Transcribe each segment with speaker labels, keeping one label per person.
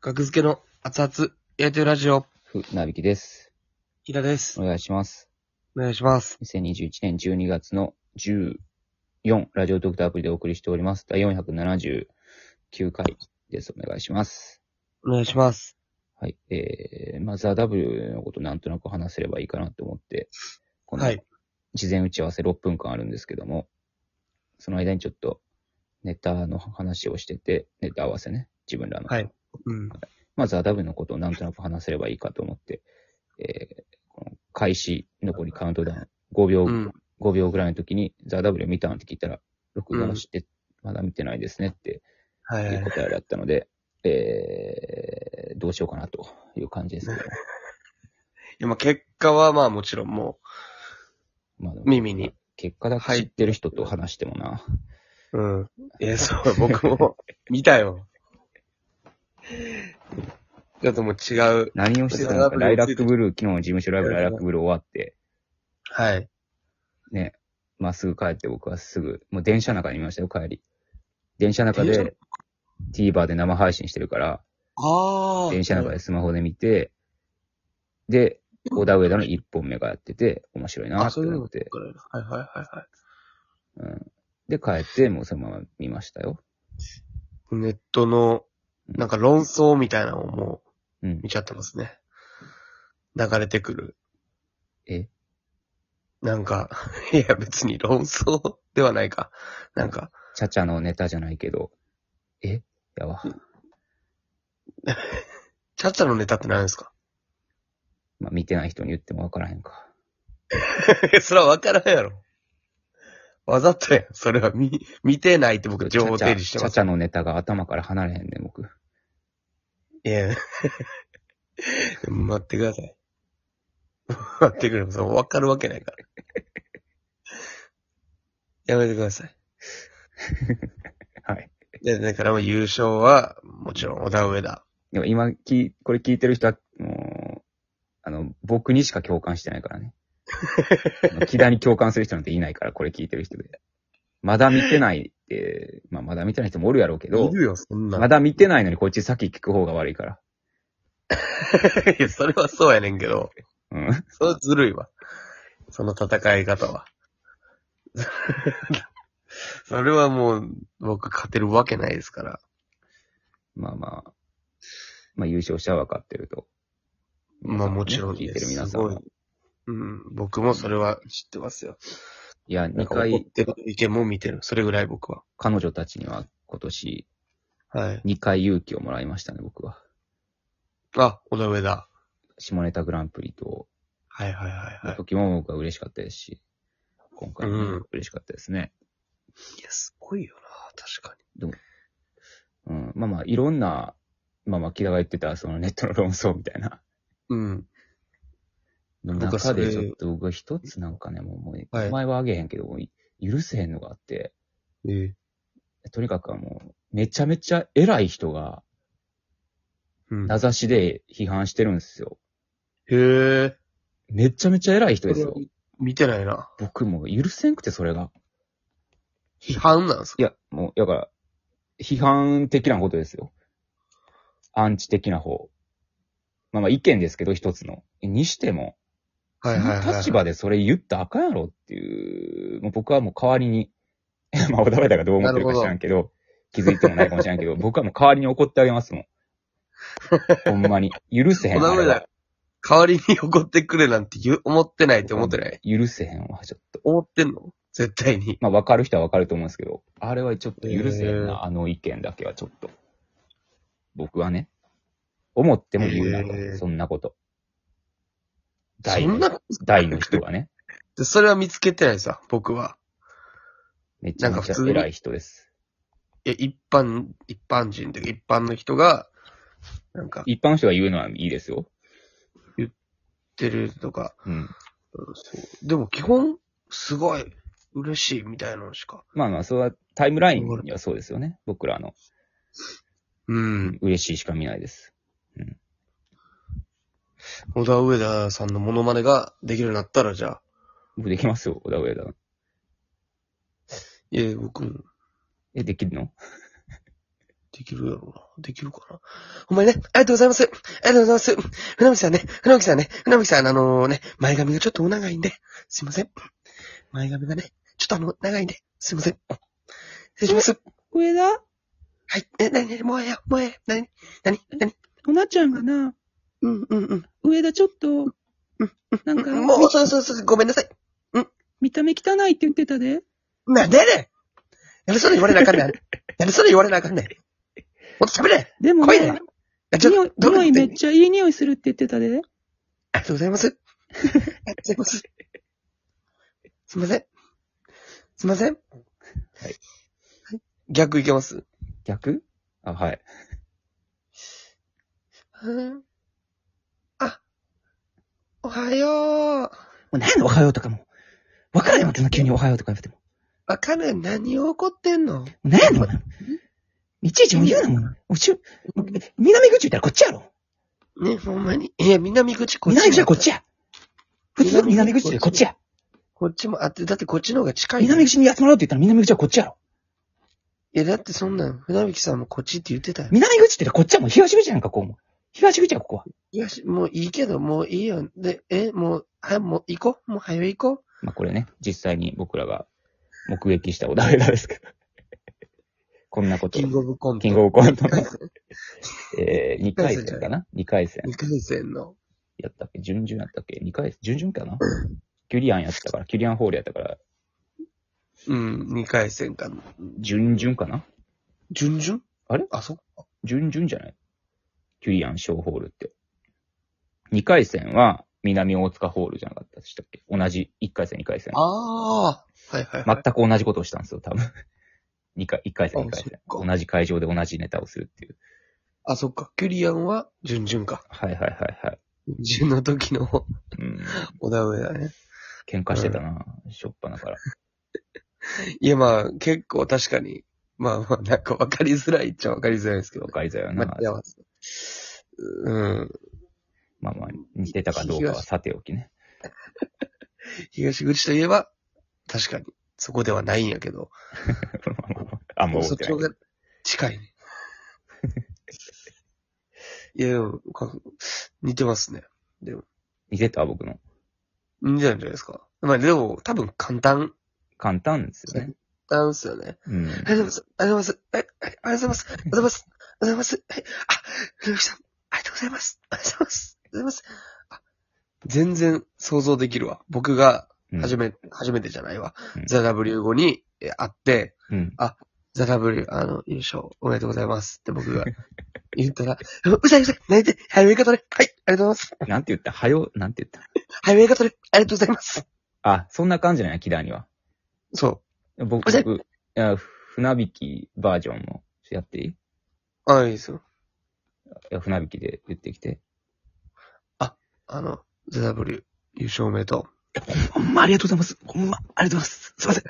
Speaker 1: 学付けの熱々、やりてるラジオ、
Speaker 2: ふ、なびきです。
Speaker 1: ひだです。
Speaker 2: お願いします。
Speaker 1: お願いします。
Speaker 2: 2021年12月の14、ラジオドクターアプリでお送りしております。第479回です。お願いします。
Speaker 1: お願いします。
Speaker 2: はい。えー、まあ、ザ・ W のことなんとなく話せればいいかなと思って、この
Speaker 1: はい。
Speaker 2: 事前打ち合わせ6分間あるんですけども、その間にちょっとネタの話をしてて、ネタ合わせね、自分らの。
Speaker 1: はいうん。
Speaker 2: まずはダブのことをなんとなく話せればいいかと思って、えーこの開始、残りカウントダウン、5秒、
Speaker 1: うん。
Speaker 2: 5秒ぐらいの時に、ザ・ダブル見たんって聞いたら、録画して、まだ見てないですねって
Speaker 1: はいいは
Speaker 2: う
Speaker 1: い。
Speaker 2: 答えだったので、えーどうしようかなという感じですけども、
Speaker 1: 今、結果はまあもちろんも
Speaker 2: まあでも
Speaker 1: 耳に。
Speaker 2: 結果だけ知ってる人と話してもな、
Speaker 1: う、うん。え、そう、僕も 見たよ。だともう違う。
Speaker 2: 何をしてたのか、ライラックブルー、昨日の事務所ライブライラックブルー終わって、
Speaker 1: はい。
Speaker 2: ね、まっすぐ帰って僕はすぐ、もう電車の中にいましたよ、帰り。電車の中
Speaker 1: 電車の
Speaker 2: で TVer で生配信してるから、
Speaker 1: あ
Speaker 2: 電車の中
Speaker 1: で。
Speaker 2: でスマホで見て、で、小田上田の一本目がやってて、面白いな
Speaker 1: あ、
Speaker 2: って
Speaker 1: そういう
Speaker 2: な
Speaker 1: の
Speaker 2: っ
Speaker 1: って
Speaker 2: て、。
Speaker 1: はいはいはいはい。
Speaker 2: うん。で、帰って、もうそのまま見ましたよ。
Speaker 1: ネットの、なんか論争みたいなのをも
Speaker 2: うん
Speaker 1: う見。ちゃってますね。流れてくる。
Speaker 2: え、
Speaker 1: なんか、 いや別に論争ではないか。なんか、
Speaker 2: ちゃちゃのネタじゃないけど、えやば。
Speaker 1: チャチャのネタって何ですか
Speaker 2: まあ、見てない人に言ってもわからへんか。
Speaker 1: それは分からんやろ。わざとやん。それは見、見てないって僕情報
Speaker 2: ち
Speaker 1: 提
Speaker 2: ゃちゃ
Speaker 1: 示して
Speaker 2: ちゃ
Speaker 1: ます。
Speaker 2: ちゃのネタが頭から離れへんね、僕。
Speaker 1: いや、待ってください。待ってくれ。そう分かるわけないから。やめてください。
Speaker 2: はい。
Speaker 1: で、だからもう優勝は、もちろん、小田上田。
Speaker 2: でも今き、これ聞いてる人は、もう、あの、僕にしか共感してないからね。 あの木田に共感する人なんていないから、これ聞いてる人で。まだ見てないって、まあまだ見てない人もおるやろうけど
Speaker 1: い、るよ、そんなの。
Speaker 2: まだ見てないのにこっち先聞く方が悪いから。
Speaker 1: いや、それはそうやねんけど。
Speaker 2: うん。
Speaker 1: それはずるいわ。その戦い方は。それはもう、僕勝てるわけないですから。
Speaker 2: まあまあ、まあ優勝者は分かってると。
Speaker 1: まあもちろん
Speaker 2: 聞い
Speaker 1: で
Speaker 2: て
Speaker 1: す。
Speaker 2: る皆
Speaker 1: す
Speaker 2: さん
Speaker 1: ご
Speaker 2: も
Speaker 1: い。うん、僕もそれは知ってますよ。
Speaker 2: いや、
Speaker 1: な
Speaker 2: 2
Speaker 1: んか怒っ
Speaker 2: 回、
Speaker 1: てる意見も見てる。それぐらい僕は。
Speaker 2: 彼女たちには今年、
Speaker 1: はい。
Speaker 2: 2回勇気をもらいましたね、僕は。
Speaker 1: あ、小田上だ。
Speaker 2: 下ネタグランプリと、
Speaker 1: はいはいはいは
Speaker 2: の
Speaker 1: い。
Speaker 2: 時も僕は嬉しかったですし、今回
Speaker 1: うん
Speaker 2: も嬉しかったですね。
Speaker 1: いや、すごいよな、確か
Speaker 2: うん。まあまあ、いろんな、まあまあ、木田が言ってた、そのネットの論争みたいな。
Speaker 1: に。うん。
Speaker 2: の
Speaker 1: 僕はそ
Speaker 2: 中
Speaker 1: れ
Speaker 2: で、ちょっと僕は一つなんかね、もう、もう、
Speaker 1: はい
Speaker 2: 名前はあげへんけど、もう許せへんのがあって、
Speaker 1: ええ
Speaker 2: とにかくはもう、めちゃめちゃ偉い人が、
Speaker 1: うん。
Speaker 2: 名指しで批判してるんですよ。
Speaker 1: へえ。
Speaker 2: めちゃめちゃ偉い人ですよ
Speaker 1: それ。見てないな。
Speaker 2: 僕もう許せんくて、それが。
Speaker 1: 批判なんですか
Speaker 2: いや、もう、だから、批判的なことですよ。アンチ的な方。まあまあ意見ですけど、一つの。にしても、
Speaker 1: はいはい
Speaker 2: その
Speaker 1: はい。
Speaker 2: 立場でそれ言ったらあかんやろっていう、もう僕はもう代わりに、 まあ、小田原がどう思ってるか知らんけど、気づいてもないかもしれ んけど、僕はもう代わりに怒ってあげますもん。ほんまに。許せへん。
Speaker 1: 小田上田代わりに怒ってくれなんて言う、思ってないって思ってない。
Speaker 2: 許せへんわ、ちょっと。
Speaker 1: 思ってんの絶対に。
Speaker 2: まあ、わかる人はわかると思うんですけど、あれはちょっと許せへんな、
Speaker 1: へー
Speaker 2: あの意見だけはちょっと。僕はね、思っても言うなと、
Speaker 1: へー
Speaker 2: そんなこと。
Speaker 1: そ
Speaker 2: 大
Speaker 1: ん
Speaker 2: の、
Speaker 1: な、
Speaker 2: 大の人がね、
Speaker 1: それは見つけてないさ、僕は。
Speaker 2: めちゃめ
Speaker 1: な
Speaker 2: ちゃ
Speaker 1: んか普通に
Speaker 2: 偉い人です。
Speaker 1: いや、一般、一般人というか、一般の人が、なんか、言っ
Speaker 2: 一般の人が言うのはいいですよ。
Speaker 1: てるとか、
Speaker 2: うん。
Speaker 1: うんそう。でも基本、すごい、嬉しいみたいなのしか。
Speaker 2: まあまあ、それはタイムラインにはそうですよね。僕らの、
Speaker 1: うん。
Speaker 2: 嬉しいしか見ないです。
Speaker 1: 小田上田さんのモノマネができるようになったら、じゃあ、
Speaker 2: 僕できますよ、小田上田。
Speaker 1: いや、僕も、
Speaker 2: え、できるの
Speaker 1: できるやろうな。できるかな。ほんまにね、ありがとうございます。ありがとうございます。船巻さんね、船巻さんね、船巻さん、あのね、前髪がちょっとお長いんで、すいません。前髪がね、ちょっとあの、長いんで、すいません。失礼します。
Speaker 3: 上田
Speaker 1: はい。え、なになにもうええよ、もうええよ。なになになに
Speaker 3: おなちゃんがな、
Speaker 1: うん、うん、うん。
Speaker 3: 上田ちょっと、なんか、
Speaker 1: もう、そうそうそう、ごめんなさい。
Speaker 3: 見た目汚いって言ってたで。
Speaker 1: なんでやねんなんでそれ言われなあかんねん。なんでそれ言われなあかんねん。もっと喋れ
Speaker 3: でも
Speaker 1: 来いね
Speaker 3: ね、
Speaker 1: あち
Speaker 3: 匂
Speaker 1: ょ
Speaker 3: い
Speaker 1: っと、どう
Speaker 3: 匂
Speaker 1: なっ
Speaker 3: いめ
Speaker 1: てん
Speaker 3: っ
Speaker 1: ねん
Speaker 3: ちゃいい匂いするって言ってたで。
Speaker 1: ありがとうございます。ありがとうございます。すいません。すいません。はい。逆いけます
Speaker 2: 逆あ、はい。
Speaker 1: あ、おはよう。
Speaker 3: もう何のおはようとかも。わからんわけな、急におはようとか言われても。
Speaker 1: わかる何を怒ってんの
Speaker 3: もう何やねんお前いちいちもう言うなもん。おしゅ、南口言ったらこっちやろ。
Speaker 1: ね、ほんまに。いや、南口こっち。
Speaker 3: 南口はこっちや。普通南口ってこっちや。
Speaker 1: こっちもあって、だってこっちの方が近い。
Speaker 3: 南口に集まろうって言ったら南口はこっちやろ。
Speaker 1: いや、だってそんなん、船引さんもこっちって言ってたよ。
Speaker 3: 南口って言ったらこっちやもん。東口やんか、こうも。東口や、ここは。
Speaker 1: いや、しもういいけど、もういいよ。で、え、もう、はもう行こう。もう早い行こう。
Speaker 2: まあ、これね、実際に僕らが目撃した小田原ですけど。 こんなこと。
Speaker 1: キングオブコント。
Speaker 2: キングオブコントの、えー、
Speaker 1: 二
Speaker 2: 2回
Speaker 1: 回戦じゃ
Speaker 2: 戦
Speaker 1: な
Speaker 2: かな ?2 回戦。
Speaker 1: 2回戦の。
Speaker 2: やったっけ準々やったっけ ?2 回戦、準々かなキュリアンやったから、キュリアンホールやったから、
Speaker 1: うん、2回戦かな。
Speaker 2: 準々かな
Speaker 1: 準々
Speaker 2: あれ
Speaker 1: あ、そっか。
Speaker 2: 準々じゃないキュリアン小ホールって。2回戦は、南大塚ホールじゃなかったでしたっけ同じ、1回戦、2回戦。
Speaker 1: ああー。はいはいはい。
Speaker 2: 全く同じことをしたんですよ、多分。2回、1回戦、
Speaker 1: あ
Speaker 2: 2回戦。
Speaker 1: そっか
Speaker 2: 同じ会場で同じネタをするっていう。
Speaker 1: あ、そっか。キュリアンは準々か。
Speaker 2: はいはいはいはい。
Speaker 1: 準の時の
Speaker 2: うん。
Speaker 1: 小田上だね。
Speaker 2: 喧嘩してたな、しょっぱなから。
Speaker 1: いや、まあ、結構確かに、まあまあ、なんか分かりづらいっちゃ分かりづらいですけど
Speaker 2: 誤。解だよ
Speaker 1: ま
Speaker 2: な。
Speaker 1: あ、合わせ。うん。
Speaker 2: まあまあ、似てたかどうかはさておきね。
Speaker 1: 東口といえば、確かに、そこではないんやけど、
Speaker 2: あ、もう
Speaker 1: そ
Speaker 2: 覚
Speaker 1: っ
Speaker 2: え
Speaker 1: ち
Speaker 2: て
Speaker 1: の
Speaker 2: ない。
Speaker 1: 方が近いね。いや、でもか似てますね。
Speaker 2: 似てた僕の。
Speaker 1: 似てるんじゃないですか。まあ、でも、多分簡単、
Speaker 2: 簡単ですよね。
Speaker 1: 簡単っすよね。
Speaker 2: うん。
Speaker 1: ありがとうございます。ありがとうございます。はいはいありがとうございます。ありがとうございます。ありがとうございます。はいあ、ひろきさん、ありがとうございます。ありがとうございます。ありがとうございます。あ全然想像できるわ。僕が、
Speaker 2: うん
Speaker 1: 初め、初めてじゃないわ。
Speaker 2: うん
Speaker 1: ザ・ W5 にえ会って、
Speaker 2: うん。
Speaker 1: ザ・ダブル、あの、優勝、おめでとうございますって僕 が言ったら、うざいうざい、泣いて、早め方で、はい、ありがとうございます。
Speaker 2: なんて言ったはよ、なんて言っ
Speaker 1: 早め方で、ありがとうございます。
Speaker 2: たあ、そんな感じなんや、キダーには。
Speaker 1: そ
Speaker 2: 僕、
Speaker 1: じゃあ。
Speaker 2: 僕、いや船引きバージョンもやっていいう
Speaker 1: あ、いいですよ。
Speaker 2: いや船引きで言ってきて。
Speaker 1: あの、ザ・ダブル、優勝おめでと
Speaker 3: ほんまありがとうございます。ほんま、ありがとうございます。すいません。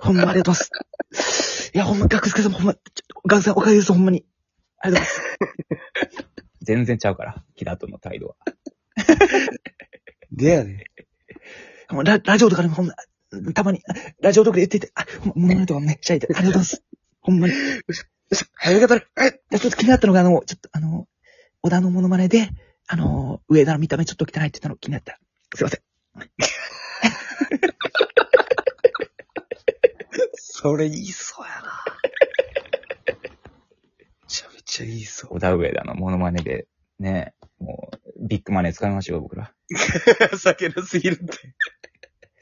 Speaker 3: ほんまありがとうございます。いや、ほんま、学生さんもほんま、ちょっと学生さんおかげです、ほんまに。ありがとうございます。
Speaker 2: 全然ちゃうから、キダーとの態度は。
Speaker 1: う。でやね。
Speaker 3: ほんまララジオとかでもほんま、たまに、ラジオとかで言ってて、あ、ほんま、物とかめっちゃいいて、ありがとうございます。ほんまに。い
Speaker 1: 早め方で、はい。
Speaker 3: やちょっと気になったのが、あの、ちょっと、あの、小田のモノマネで、あの、上田の見た目ちょっと汚いって言ったの気になった。すいません。
Speaker 1: それ、いいそうやな。めちゃめちゃいいそ
Speaker 2: 小田上田のモノマネで、ね、もう、ビッグマネー使いましょう、僕ら。
Speaker 1: う。酒のすぎるって。
Speaker 2: い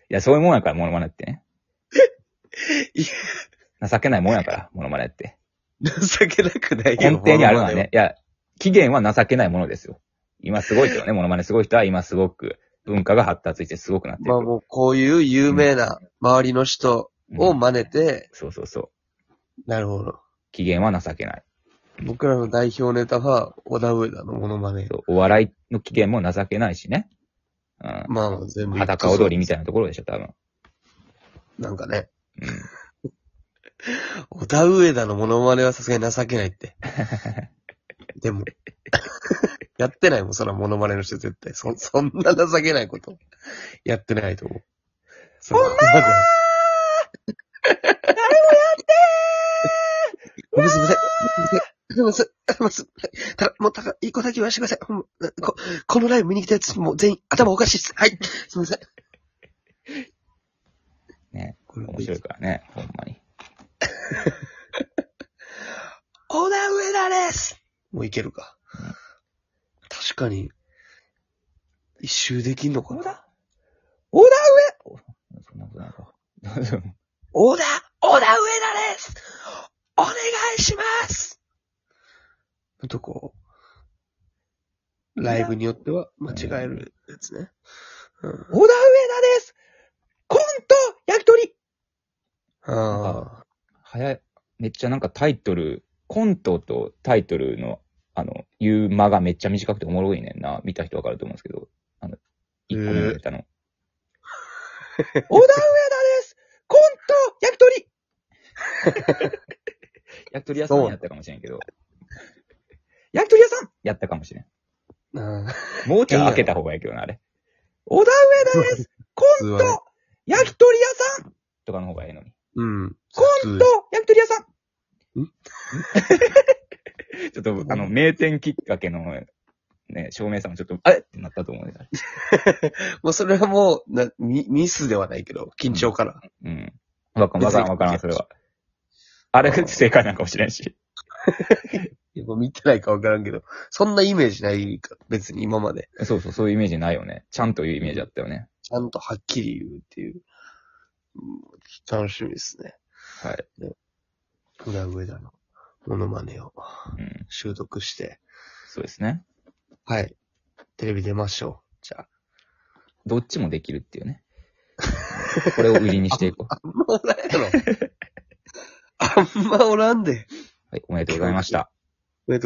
Speaker 2: や、そういうもんやから、モノマネって ね
Speaker 1: い。
Speaker 2: 情けないもんやから、モノマネって。
Speaker 1: 情けなくないよ
Speaker 2: 根底にあるのはね。、いや、期限は情けないものですよ。今すごいけどね、モノマネすごい人は今すごく文化が発達してすごくなってる。
Speaker 1: まあもう、こういう有名な周りの人を
Speaker 2: うん
Speaker 1: 真似て、
Speaker 2: そうそうそう。
Speaker 1: なるほど。
Speaker 2: 期限は情けない。
Speaker 1: 僕らの代表ネタは、小田上田のモノマネ。
Speaker 2: そうお笑いの期限も情けないしね。う
Speaker 1: まあ、全
Speaker 2: ん。
Speaker 1: 部。
Speaker 2: 裸踊りみたいなところでしょ、多分。
Speaker 1: なんかね。
Speaker 2: うん。
Speaker 1: 小田上田のモノマネはさすがに情けないって。でも、 やってないもん、そらモノマネの人絶対。そ、そんな情けないこと、やってないと思う。そんな 誰もやってーすいません。すいませんりがとうございます。ありがとうございます。ただ、もうただ、一個だけ言わせてください。ほんま、こ、このライブ見に来たやつ、もう全員頭おかしいです。はい。すいません。
Speaker 2: ね。
Speaker 1: これ
Speaker 2: 面白いからね、ほんまに。
Speaker 1: 小田上田ですもういけるか。確かに、一周できんのかな
Speaker 2: 小田
Speaker 1: 小田
Speaker 2: そんなことないか。
Speaker 1: 小田小田上田ですお願いしますなんとこう、ライブによっては間違えるやつね。う
Speaker 3: 小
Speaker 1: ん。
Speaker 3: 田上田ですコント焼き鳥
Speaker 1: ああ。
Speaker 2: 早い。めっちゃなんかタイトル、コントとタイトルの、あの、言う間がめっちゃ短くておもろいねんな。見た人わかると思うんですけど。あの、一個目出たの。
Speaker 3: 小田上田ですコント焼き鳥
Speaker 2: 焼き鳥屋さんやったかもしれんけど、
Speaker 3: 焼き鳥屋さん
Speaker 2: やったかもしれん。
Speaker 1: ああ。
Speaker 2: もうちょい開けた方がいいけどな、あれ。
Speaker 3: 小田上田ですコ
Speaker 1: 通
Speaker 3: ン
Speaker 1: 話ね
Speaker 3: ト焼き鳥屋さん
Speaker 2: とかの方がええのに。
Speaker 1: うん。
Speaker 3: コント焼き鳥屋さん
Speaker 2: ちょっと、あの、名店きっかけの、ね、照明さんもちょっと、あれってなったと思うね。
Speaker 1: もうそれはもう、な、ミミスではないけど、緊張から。
Speaker 2: うん。わかん、わからん、わからん、それは。あれが正解なんかもしれんし。
Speaker 1: やっぱ見てないかわからんけど、そんなイメージないか、別に今まで。
Speaker 2: そうそう、そういうイメージないよね。ちゃんというイメージだったよね。
Speaker 1: ちゃんとはっきり言うっていう。うん楽しみですね。
Speaker 2: はい。
Speaker 1: 裏上田のモノマネを
Speaker 2: うん。
Speaker 1: 習得して、
Speaker 2: そうですね。
Speaker 1: はい。テレビ出ましょう。じゃあ。
Speaker 2: どっちもできるっていうね。これを売りにしていこう。
Speaker 1: あ んまおらんやろ。あんまおらんで。
Speaker 2: はい、おめでとうございました。